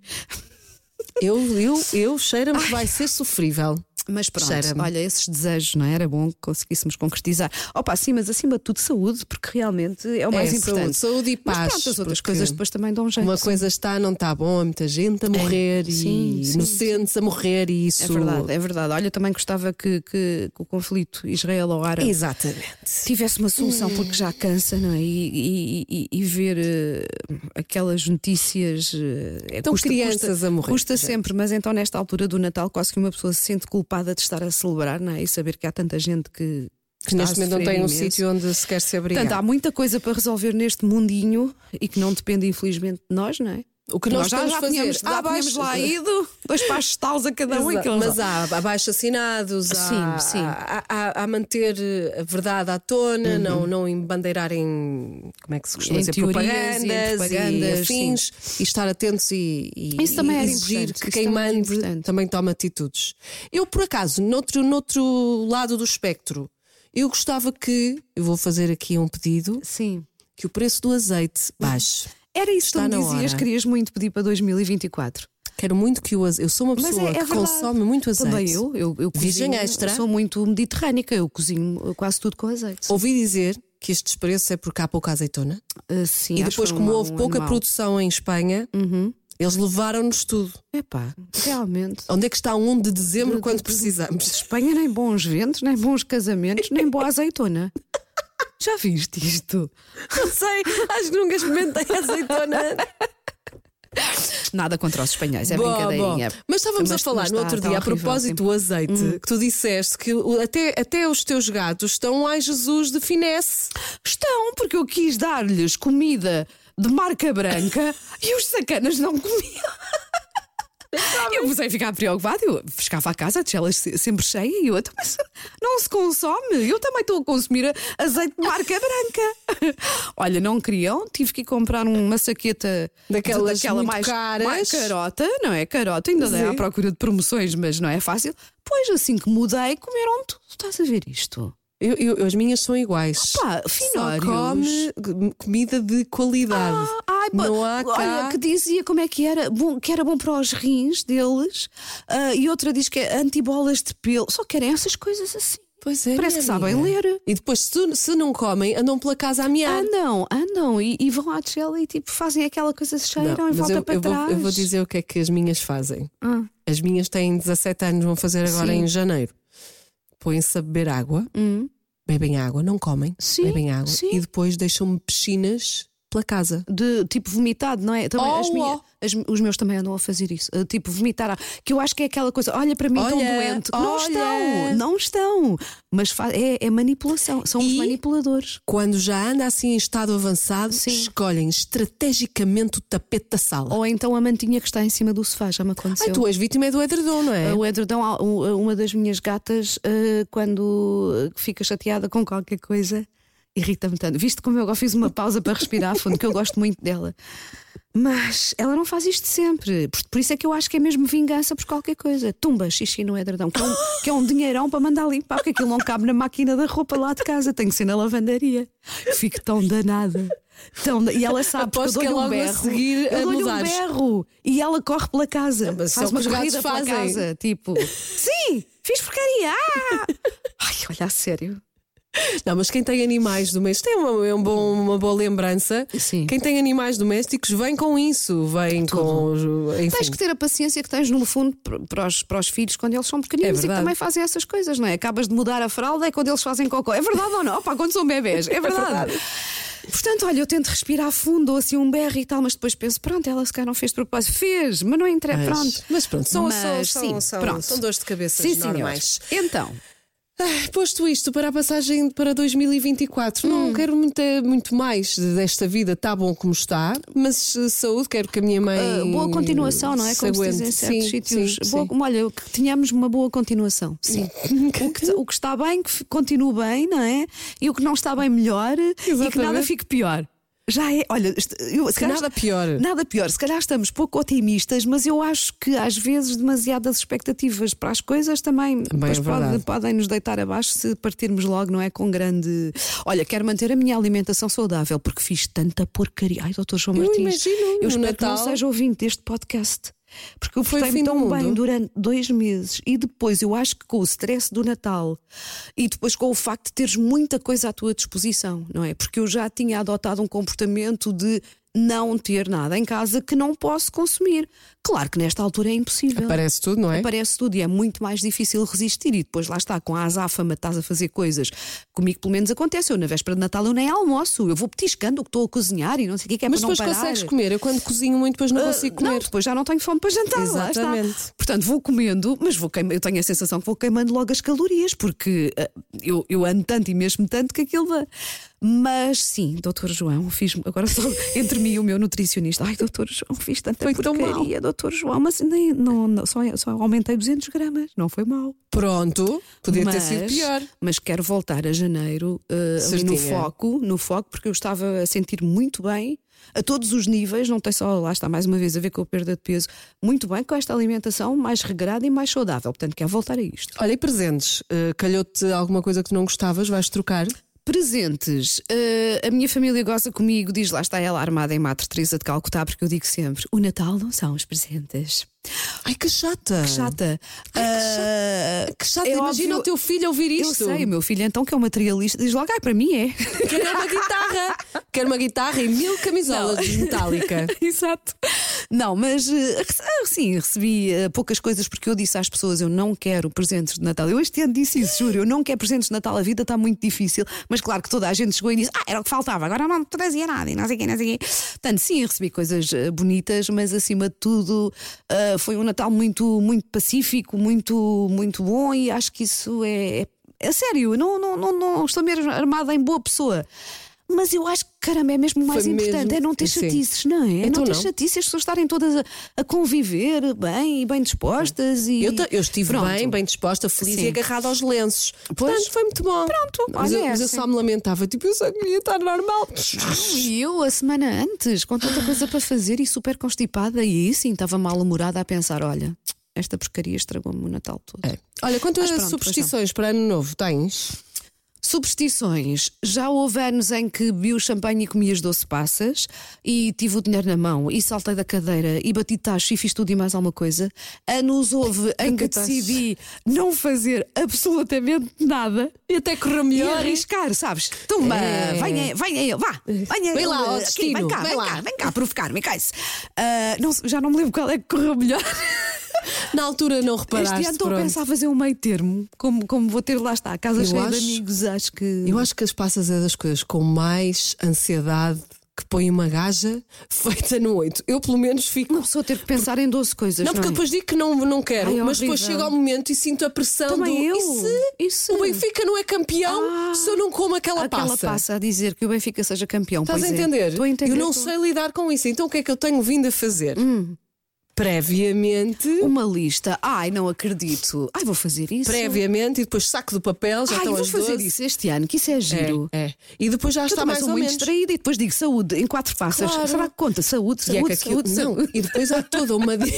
[SPEAKER 3] Eu, eu, eu cheira-me que vai ser sofrível.
[SPEAKER 2] Mas pronto,
[SPEAKER 3] Cheira-me.
[SPEAKER 2] olha, esses desejos, não é? Era bom que conseguíssemos concretizar. Opa, sim, mas acima de tudo, saúde, porque realmente é o mais
[SPEAKER 3] É,
[SPEAKER 2] importante.
[SPEAKER 3] saúde, saúde e
[SPEAKER 2] Mas
[SPEAKER 3] paz,
[SPEAKER 2] pronto, as outras
[SPEAKER 3] porque
[SPEAKER 2] coisas depois também dão um jeito.
[SPEAKER 3] Uma
[SPEAKER 2] sim.
[SPEAKER 3] coisa está, não está bom, há muita gente a morrer e
[SPEAKER 2] sim, sim,
[SPEAKER 3] inocentes a morrer e isso.
[SPEAKER 2] É verdade, é verdade. Olha, também gostava que, que- que o conflito israelo-árabe
[SPEAKER 3] Exatamente.
[SPEAKER 2] tivesse uma solução, porque já cansa, não é? E, e- e- e ver eh, aquelas notícias. eh,
[SPEAKER 3] Então, crianças a morrer,
[SPEAKER 2] Custa
[SPEAKER 3] gente.
[SPEAKER 2] sempre, mas então, nesta altura do Natal, quase que uma pessoa se sente culpada de estar a celebrar, não é? E saber que há tanta gente que.
[SPEAKER 3] Que
[SPEAKER 2] está a
[SPEAKER 3] neste momento não
[SPEAKER 2] sofrer
[SPEAKER 3] tem um
[SPEAKER 2] imenso.
[SPEAKER 3] sítio onde se quer se abrigar.
[SPEAKER 2] Portanto, há muita coisa para resolver neste mundinho e que não depende, infelizmente, de nós, não é?
[SPEAKER 3] o que
[SPEAKER 2] já, já tínhamos, já tínhamos lá ido, dois passos taus a cada um. e que eles-
[SPEAKER 3] Mas há abaixo assinados, há,
[SPEAKER 2] Sim, sim.
[SPEAKER 3] Há, há- há manter eh, a verdade à tona, não, não embandeirarem, como é que se costuma
[SPEAKER 2] Em
[SPEAKER 3] dizer,
[SPEAKER 2] teorias e em
[SPEAKER 3] propagandas, e
[SPEAKER 2] propagandas,
[SPEAKER 3] afins, e estar atentos e, e-
[SPEAKER 2] Isso também
[SPEAKER 3] e
[SPEAKER 2] era
[SPEAKER 3] exigir
[SPEAKER 2] importante,
[SPEAKER 3] que
[SPEAKER 2] isso
[SPEAKER 3] quem
[SPEAKER 2] também era
[SPEAKER 3] mande
[SPEAKER 2] importante.
[SPEAKER 3] também tome atitudes. Eu, por acaso, noutro, noutro lado do espectro, eu gostava que, eu vou fazer aqui um pedido,
[SPEAKER 2] Sim.
[SPEAKER 3] que o preço do azeite baixe.
[SPEAKER 2] Era isso
[SPEAKER 3] Está
[SPEAKER 2] que tu
[SPEAKER 3] na
[SPEAKER 2] me dizias,
[SPEAKER 3] hora.
[SPEAKER 2] querias muito pedir para 2024.
[SPEAKER 3] Quero muito que o azeite. Eu sou uma
[SPEAKER 2] Mas
[SPEAKER 3] pessoa
[SPEAKER 2] é- é
[SPEAKER 3] que
[SPEAKER 2] verdade.
[SPEAKER 3] consome muito azeite.
[SPEAKER 2] Também eu, eu, eu
[SPEAKER 3] Virgem
[SPEAKER 2] cozinho,
[SPEAKER 3] extra.
[SPEAKER 2] sou muito mediterrânica, eu cozinho quase tudo com azeite.
[SPEAKER 3] Ouvi dizer que estes preços é porque há pouca azeitona.
[SPEAKER 2] Ah, sim,
[SPEAKER 3] E
[SPEAKER 2] acho
[SPEAKER 3] depois,
[SPEAKER 2] que é
[SPEAKER 3] como
[SPEAKER 2] um-
[SPEAKER 3] houve
[SPEAKER 2] um
[SPEAKER 3] pouca
[SPEAKER 2] animal. Uhum.
[SPEAKER 3] produção em Espanha, eles levaram-nos tudo.
[SPEAKER 2] [LAUGHS] Epá, realmente.
[SPEAKER 3] Onde é que está um de dezembro quando precisamos? [LAUGHS]
[SPEAKER 2] Espanha nem bons ventos, nem bons casamentos, nem boa [LAUGHS] azeitona. Já viste isto?
[SPEAKER 3] Não sei, acho que nunca experimentei
[SPEAKER 2] [LAUGHS]
[SPEAKER 3] azeitona.
[SPEAKER 2] Nada contra os espanhóis, é
[SPEAKER 3] Bom,
[SPEAKER 2] brincadeirinha.
[SPEAKER 3] bom. Mas estávamos a falar
[SPEAKER 2] mas
[SPEAKER 3] no
[SPEAKER 2] está-
[SPEAKER 3] outro
[SPEAKER 2] está
[SPEAKER 3] dia, a
[SPEAKER 2] horrível, sim. Hum.
[SPEAKER 3] propósito do azeite, que tu disseste que o- até, até os teus gatos estão, ai Jesus, de finesse.
[SPEAKER 2] Estão, porque eu quis dar-lhes comida de marca
[SPEAKER 3] [LAUGHS]
[SPEAKER 2] branca e os sacanas não comiam. Eu comecei a ficar preocupada, eu pescava a casa, a tigela se- sempre cheia, e eu, "Então, mas não se consome, eu também estou a consumir azeite de marca branca. [LAUGHS] Olha, não queriam, tive que ir comprar uma saqueta
[SPEAKER 3] Daquelas
[SPEAKER 2] daquela
[SPEAKER 3] muito
[SPEAKER 2] mais,
[SPEAKER 3] caras.
[SPEAKER 2] mais carota, não é? Carota, ainda dei à procura de promoções, mas não é fácil. Pois assim que mudei, comeram tudo. Estás a ver isto?
[SPEAKER 3] Eu, eu- as minhas são iguais.
[SPEAKER 2] Pá,
[SPEAKER 3] Só
[SPEAKER 2] finórios.
[SPEAKER 3] come g- comida de qualidade.
[SPEAKER 2] Ah, ai, pá,
[SPEAKER 3] não há cá...
[SPEAKER 2] Olha, que dizia como é que era, bom, que era bom para os rins deles, ah, e outra diz que é antibolas de pelo. Só querem essas coisas assim.
[SPEAKER 3] Pois é,
[SPEAKER 2] Parece
[SPEAKER 3] minha
[SPEAKER 2] que sabem
[SPEAKER 3] amiga. Ah,
[SPEAKER 2] ler.
[SPEAKER 3] E depois, se, se não comem, andam pela casa a mear.
[SPEAKER 2] Andam, andam e, e vão à tigela e tipo fazem aquela coisa, cheiram e
[SPEAKER 3] Não, mas
[SPEAKER 2] volta
[SPEAKER 3] eu,
[SPEAKER 2] então para
[SPEAKER 3] eu vou,
[SPEAKER 2] trás.
[SPEAKER 3] eu vou dizer o que é que as minhas fazem.
[SPEAKER 2] Ah.
[SPEAKER 3] As minhas têm 17 anos, vão fazer agora
[SPEAKER 2] Sim.
[SPEAKER 3] em janeiro. Põem-se a beber água,
[SPEAKER 2] Hum.
[SPEAKER 3] bebem água, não comem,
[SPEAKER 2] Sim,
[SPEAKER 3] bebem água
[SPEAKER 2] sim.
[SPEAKER 3] e depois deixam-me piscinas pela casa.
[SPEAKER 2] De tipo vomitado, não é? Também
[SPEAKER 3] Oh,
[SPEAKER 2] as minha-
[SPEAKER 3] oh.
[SPEAKER 2] as- os meus também andam a fazer isso. Ah, tipo, vomitar. à- Que eu acho que é aquela coisa, olha para mim tão
[SPEAKER 3] Olha,
[SPEAKER 2] doente. Não
[SPEAKER 3] olha.
[SPEAKER 2] estão, não estão. Mas fa- é, é manipulação, são os
[SPEAKER 3] E-
[SPEAKER 2] manipuladores.
[SPEAKER 3] Quando já anda assim em estado avançado,
[SPEAKER 2] Sim.
[SPEAKER 3] escolhem estrategicamente o tapete da sala.
[SPEAKER 2] Ou então a mantinha que está em cima do sofá, já me aconteceu.
[SPEAKER 3] Ai, tu és vítima é do edredom, não é?
[SPEAKER 2] O edredom, ah, u- uma das minhas gatas, eh, quando fica chateada com qualquer coisa, irrita-me tanto. Viste como eu agora fiz uma pausa para respirar a fundo, que eu gosto muito dela. Mas ela não faz isto sempre. Por, por isso é que eu acho que é mesmo vingança por qualquer coisa. Tumba, xixi no edredom, que é um, que é um dinheirão para mandar limpar, porque aquilo não cabe na máquina da roupa lá de casa, tem que ser na lavandaria. Eu Fico tão danada. Tão da- E ela sabe, porque eu
[SPEAKER 3] Aposto que é
[SPEAKER 2] dou-lhe um
[SPEAKER 3] logo a
[SPEAKER 2] berro.
[SPEAKER 3] seguir a
[SPEAKER 2] eu dou-lhe um
[SPEAKER 3] mudares.
[SPEAKER 2] berro e ela corre pela casa.
[SPEAKER 3] Mas
[SPEAKER 2] faz
[SPEAKER 3] só
[SPEAKER 2] uma
[SPEAKER 3] que os gatos
[SPEAKER 2] corrida pela
[SPEAKER 3] fazem.
[SPEAKER 2] casa. [LAUGHS] Tipo, sim, fiz [LAUGHS] porcaria! ah!" Ai, olha, a sério.
[SPEAKER 3] Não, mas quem tem animais domésticos tem uma, é um bom- uma boa lembrança.
[SPEAKER 2] Sim.
[SPEAKER 3] Quem tem animais domésticos vem com isso, vem com. os- Enfim.
[SPEAKER 2] Tens que ter a paciência que tens, no fundo, pr- para os, para os filhos quando eles são
[SPEAKER 3] É
[SPEAKER 2] pequeninos e que
[SPEAKER 3] verdade.
[SPEAKER 2] também fazem essas coisas, não é? Acabas de mudar a fralda é quando eles fazem cocô. É verdade ou não? Opa, quando são bebés, [LAUGHS] é verdade. Portanto, olha, eu tento respirar fundo, dou assim um berro e tal, mas depois penso, pronto, ela se calhar não fez de propósito. Fez, mas não interessa,
[SPEAKER 3] Mas-
[SPEAKER 2] pronto.
[SPEAKER 3] Mas pronto, são,
[SPEAKER 2] Mas,
[SPEAKER 3] são,
[SPEAKER 2] sim,
[SPEAKER 3] são, são,
[SPEAKER 2] pronto.
[SPEAKER 3] são dores de cabeça
[SPEAKER 2] Sim, senhor.
[SPEAKER 3] normais.
[SPEAKER 2] Então,
[SPEAKER 3] Ah, Posto isto para a passagem para 2024,
[SPEAKER 2] Hum.
[SPEAKER 3] não quero muito, muito mais desta vida, está bom como está, mas eh, saúde, quero que a minha mãe.
[SPEAKER 2] Uh, boa continuação, não é?
[SPEAKER 3] se
[SPEAKER 2] Como se
[SPEAKER 3] aguente.
[SPEAKER 2] diz em certos
[SPEAKER 3] Sim,
[SPEAKER 2] sítios.
[SPEAKER 3] sim,
[SPEAKER 2] Boa-
[SPEAKER 3] sim.
[SPEAKER 2] Olha, que tenhamos uma boa continuação. Sim.
[SPEAKER 3] [LAUGHS]
[SPEAKER 2] O, que, o que está bem, que f- continue bem, não é? E o que não está bem, melhor. E que nada
[SPEAKER 3] Exatamente.
[SPEAKER 2] fique pior. Já é, olha, est- eu, se
[SPEAKER 3] Que nada pior.
[SPEAKER 2] Nada pior. Se calhar estamos pouco otimistas, mas eu acho que às vezes demasiadas expectativas para as coisas também, depois
[SPEAKER 3] é
[SPEAKER 2] pode-
[SPEAKER 3] verdade.
[SPEAKER 2] podem nos deitar abaixo se partirmos logo, não é? Com grande. Olha, quero manter a minha alimentação saudável porque fiz tanta porcaria. Ai, doutor João
[SPEAKER 3] Eu
[SPEAKER 2] Martins.
[SPEAKER 3] imagino,
[SPEAKER 2] eu
[SPEAKER 3] no
[SPEAKER 2] espero que não
[SPEAKER 3] Natal.
[SPEAKER 2] seja ouvinte deste podcast. Porque eu
[SPEAKER 3] Foi o
[SPEAKER 2] portei-me
[SPEAKER 3] fim do
[SPEAKER 2] tão
[SPEAKER 3] mundo.
[SPEAKER 2] bem durante dois meses e depois eu acho que com o stress do Natal e depois com o facto de teres muita coisa à tua disposição, não é? Porque eu já tinha adotado um comportamento de não ter nada em casa que não posso consumir. Claro que nesta altura é impossível.
[SPEAKER 3] Parece tudo, não é?
[SPEAKER 2] Aparece tudo e é muito mais difícil resistir. E depois lá está, com a azáfama, estás a fazer coisas. Comigo, pelo menos, acontece. Eu, na véspera de Natal, eu nem almoço. Eu vou petiscando o que estou a cozinhar e não sei o que é, que é
[SPEAKER 3] Mas
[SPEAKER 2] para não
[SPEAKER 3] depois
[SPEAKER 2] parar.
[SPEAKER 3] consegues comer. Eu quando cozinho muito, depois não consigo
[SPEAKER 2] Ah, Não,
[SPEAKER 3] comer.
[SPEAKER 2] depois já não tenho fome para jantar. lá está.
[SPEAKER 3] Exatamente.
[SPEAKER 2] Portanto, vou comendo, mas vou queima- eu tenho a sensação que vou queimando logo as calorias, porque ah, eu, eu ando tanto e mesmo tanto que aquilo dá. Mas sim, doutor João, fiz agora só [LAUGHS] entre mim e o meu nutricionista. Ai, doutor João, fiz tanta
[SPEAKER 3] Foi tão mal.
[SPEAKER 2] porcaria, doutor João, mas nem, não, não- só, só aumentei 200 gramas, não foi mal.
[SPEAKER 3] Pronto, podia ter
[SPEAKER 2] Mas-
[SPEAKER 3] sido pior.
[SPEAKER 2] Mas quero voltar a janeiro eh, ali no
[SPEAKER 3] Certinha.
[SPEAKER 2] foco, no foco, porque eu estava a sentir muito bem a todos os níveis, não tem só lá está mais uma vez a ver com a perda de peso, muito bem com esta alimentação mais regrada e mais saudável. Portanto, quero voltar a isto.
[SPEAKER 3] Olha, e presentes? Eh, Calhou-te alguma coisa que não gostavas? Vais trocar?
[SPEAKER 2] Presentes. eh, a minha família goza comigo, diz lá está ela armada em Madre Teresa de Calcutá, porque eu digo sempre: o Natal não são os presentes.
[SPEAKER 3] Ai, que chata! Que
[SPEAKER 2] Chata. Ah,
[SPEAKER 3] Que chata,
[SPEAKER 2] É
[SPEAKER 3] imagina
[SPEAKER 2] óbvio-
[SPEAKER 3] o teu filho ouvir
[SPEAKER 2] eu
[SPEAKER 3] isto.
[SPEAKER 2] sei, o meu filho então que é um materialista, diz logo, ai, para mim é.
[SPEAKER 3] Quero uma guitarra. Quero uma guitarra e mil camisolas de [LAUGHS] metálica.
[SPEAKER 2] Exato. Não, mas eh, rece- ah, sim, recebi eh, poucas coisas porque eu disse às pessoas: eu não quero presentes de Natal. Eu este ano disse isso, juro, eu não quero presentes de Natal, a vida está muito difícil. Mas claro que toda a gente chegou e disse: ah, era o que faltava, agora não trazia nada e não sei o quê, não sei o quê. Portanto, sim, recebi coisas eh, bonitas, mas acima de tudo eh, foi um Natal muito, muito pacífico, muito, muito bom e acho que isso é. é é sério, eu não, não, não, não estou mesmo armada em boa pessoa. Mas eu acho que, caramba, é mesmo o mais
[SPEAKER 3] Foi
[SPEAKER 2] importante,
[SPEAKER 3] mesmo,
[SPEAKER 2] é não ter
[SPEAKER 3] sim.
[SPEAKER 2] chatice chatices, não é? não
[SPEAKER 3] Então
[SPEAKER 2] ter
[SPEAKER 3] não.
[SPEAKER 2] chatices, as pessoas estarem todas a, a conviver bem e bem dispostas. E...
[SPEAKER 3] Eu, ta- eu estive
[SPEAKER 2] Pronto. Então,
[SPEAKER 3] bem, bem disposta, feliz
[SPEAKER 2] Sim.
[SPEAKER 3] e agarrada aos lenços.
[SPEAKER 2] Pois.
[SPEAKER 3] Portanto, foi muito bom.
[SPEAKER 2] Pronto,
[SPEAKER 3] mas,
[SPEAKER 2] olha
[SPEAKER 3] eu, mas eu
[SPEAKER 2] essa.
[SPEAKER 3] só me lamentava, tipo, eu só queria estar normal.
[SPEAKER 2] E eu, a semana antes, com tanta coisa para fazer e super constipada, e aí sim estava mal-humorada a pensar: olha, esta porcaria estragou-me o Natal todo.
[SPEAKER 3] É. Olha, quanto
[SPEAKER 2] Mas
[SPEAKER 3] a
[SPEAKER 2] pronto, pois
[SPEAKER 3] superstições para ano novo tens?
[SPEAKER 2] Superstições. Já houve anos em que bebi o champanhe e comi as 12 passas e tive o dinheiro na mão e saltei da cadeira e bati tacho e fiz tudo e mais alguma coisa. Anos houve em que
[SPEAKER 3] Bati tacho.
[SPEAKER 2] decidi não fazer absolutamente nada
[SPEAKER 3] E até correu
[SPEAKER 2] e arriscar, sabes? Toma,
[SPEAKER 3] É.
[SPEAKER 2] venha, venha eu, vá, venha
[SPEAKER 3] Vem
[SPEAKER 2] eu,
[SPEAKER 3] lá, ó
[SPEAKER 2] aqui,
[SPEAKER 3] destino,
[SPEAKER 2] vem cá,
[SPEAKER 3] vem
[SPEAKER 2] vem,
[SPEAKER 3] lá.
[SPEAKER 2] cá, vem cá, provocar-me, cai-se. Ah, não sei, já não me lembro qual é que correu melhor.
[SPEAKER 3] Na altura não reparaste.
[SPEAKER 2] este ano estou a
[SPEAKER 3] pronto.
[SPEAKER 2] pensar fazer um meio termo, como, como vou ter lá está, a casa
[SPEAKER 3] Eu
[SPEAKER 2] cheia
[SPEAKER 3] acho-
[SPEAKER 2] de amigos, acho que.
[SPEAKER 3] Eu acho que as passas é das coisas com mais ansiedade que põe uma gaja [LAUGHS] feita no 8. Eu, pelo menos, fico.
[SPEAKER 2] Uma pessoa ter que pensar em 12 coisas.
[SPEAKER 3] Não, porque eu
[SPEAKER 2] é?
[SPEAKER 3] depois digo que não, não quero,
[SPEAKER 2] Ai, é
[SPEAKER 3] mas depois
[SPEAKER 2] horrível.
[SPEAKER 3] chega ao momento e sinto a pressão do.
[SPEAKER 2] Também eu.
[SPEAKER 3] E se
[SPEAKER 2] E se?
[SPEAKER 3] o Benfica não é campeão
[SPEAKER 2] Ah,
[SPEAKER 3] se eu não como aquela,
[SPEAKER 2] Aquela
[SPEAKER 3] passa?
[SPEAKER 2] passa. a dizer que o Benfica seja campeão.
[SPEAKER 3] Estás a
[SPEAKER 2] pois é.
[SPEAKER 3] entender?
[SPEAKER 2] Estou a entender.
[SPEAKER 3] Eu não
[SPEAKER 2] estou.
[SPEAKER 3] sei lidar com isso. Então o que é que eu tenho vindo a fazer? Previamente.
[SPEAKER 2] Uma lista. Ai, não acredito. Ai, vou fazer isso.
[SPEAKER 3] Previamente e depois saco do papel, já
[SPEAKER 2] Ai,
[SPEAKER 3] estão
[SPEAKER 2] vou
[SPEAKER 3] as
[SPEAKER 2] fazer
[SPEAKER 3] 12.
[SPEAKER 2] isso este ano, que isso é giro. Então,
[SPEAKER 3] É, é. E depois já
[SPEAKER 2] Eu
[SPEAKER 3] está
[SPEAKER 2] também
[SPEAKER 3] mais
[SPEAKER 2] sou
[SPEAKER 3] ou
[SPEAKER 2] muito
[SPEAKER 3] menos.
[SPEAKER 2] distraída e depois digo saúde em quatro passas.
[SPEAKER 3] Claro.
[SPEAKER 2] Será que conta? Saúde,
[SPEAKER 3] E, é
[SPEAKER 2] saúde,
[SPEAKER 3] que aquilo-
[SPEAKER 2] saúde,
[SPEAKER 3] não,
[SPEAKER 2] saúde.
[SPEAKER 3] e depois há toda [LAUGHS] uma. di-